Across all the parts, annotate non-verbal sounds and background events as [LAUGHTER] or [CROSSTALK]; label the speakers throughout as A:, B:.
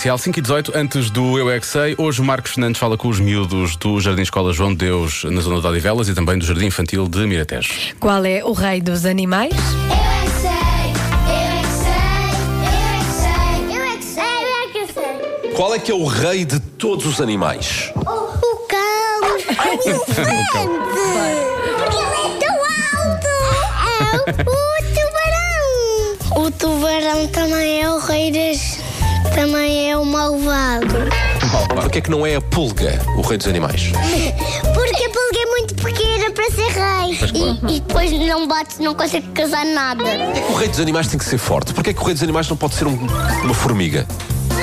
A: Comercial 5 e 18, antes do Eu é que Sei, hoje o Marcos Fernandes fala com os miúdos do Jardim Escola João de Deus, na zona de Odivelas e também do Jardim Infantil de Miratejo.
B: Qual é o rei dos animais?
C: Eu é que sei, eu é que sei, eu é que sei, eu é que sei, eu é que sei.
D: Qual é que é o rei de todos os animais?
C: O cão, o elefante. Porque ele é tão alto. o tubarão. É O tubarão também é o rei das... Também é o malvado.
D: Porque é que não é a pulga o rei dos animais?
C: Porque a pulga é muito pequena para ser rei. E, e depois não bate, não consegue casar nada.
D: Porquê é que o rei dos animais tem que ser forte? Porquê é que o rei dos animais não pode ser um- uma formiga?
C: [LAUGHS]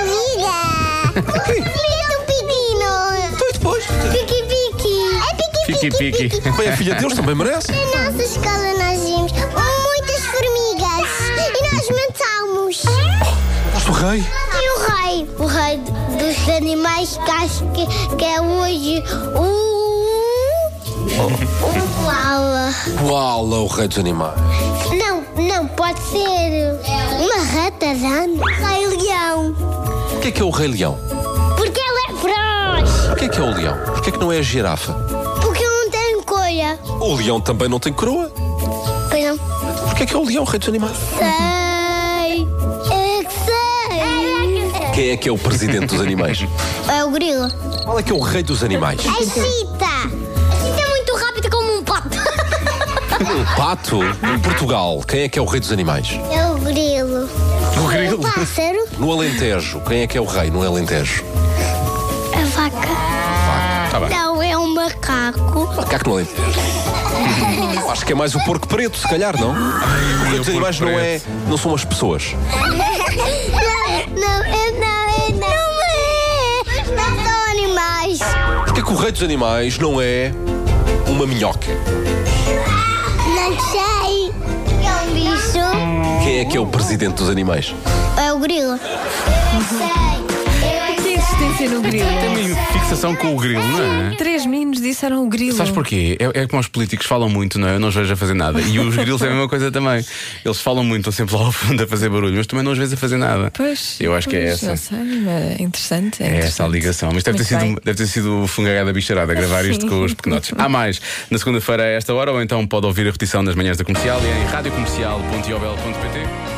C: Amiga! Amiga do Pipino!
D: Então e depois?
C: Piqui Piqui! É Piqui
A: Piqui,
C: Piqui!
A: piqui.
D: Bem, a filha de Deus também merece.
C: Na nossa escola nós vimos muitas formigas e nós matámos.
D: Mas o rei?
C: E o rei? O rei dos animais que acho que, que é hoje o. O koala.
D: Koala, é o rei dos animais.
C: Não, não, pode ser uma rata dano. Rei leão.
D: Porquê é que é o rei leão?
C: Porque ele é feroz.
D: Porquê é que é o leão? Porquê é que não é a girafa?
C: Porque ele não tem colha.
D: O leão também não tem coroa.
C: Pois não.
D: Porquê é que é o leão, o rei dos animais?
C: Sei. É que sei.
D: Quem é que é o presidente dos animais?
C: É o grilo. é.
D: Qual é que é o rei dos animais?
C: A chita. A chita é muito rápida como um pato.
D: Um pato? Em Portugal, quem é que é o rei dos animais?
C: [LAUGHS] É o grilo. É um
D: O grilo?
C: pássaro.
D: No Alentejo, quem é que é o rei no Alentejo?
C: A É vaca.
A: Tá bem.
C: Não, é um [LAUGHS] macaco.
D: Macaco
A: é.
D: no Alentejo. Eu acho que é mais o porco preto, se calhar, não? Ai, os
A: o
D: animais
A: porco
D: não, é, não são as pessoas.
C: não, não, é, não, é, não. Não é. Não são animais.
D: Porquê que o rei dos animais não é uma minhoca?
C: Não sei. É um bicho.
D: Quem é que é o presidente dos animais?
C: É o grilo. Eu é que
B: Tem existência no grilo.
A: Tem uma fixação com o grilo, não é?
B: Três meninos disseram o grilo.
A: Sabes porquê? É, é como os políticos falam muito, não é? Eu não os vejo a fazer nada. E os grilos é a mesma coisa também. Eles falam muito, estão sempre lá ao fundo a fazer barulho, mas também não os vejo a fazer nada.
B: Pois,
A: Eu acho que é
B: pois,
A: essa.
B: Não sei, mas é interessante.
A: É essa
B: É,
A: a
B: interessante.
A: ligação. Mas deve ter,
B: Muito bem.
A: sido, um, deve ter sido o fungagá da bicharada a gravar isto com os pequenotes. Há mais na segunda-feira a esta hora, ou então pode ouvir a repetição nas manhãs da comercial e em radiocomercial.iobel.pt.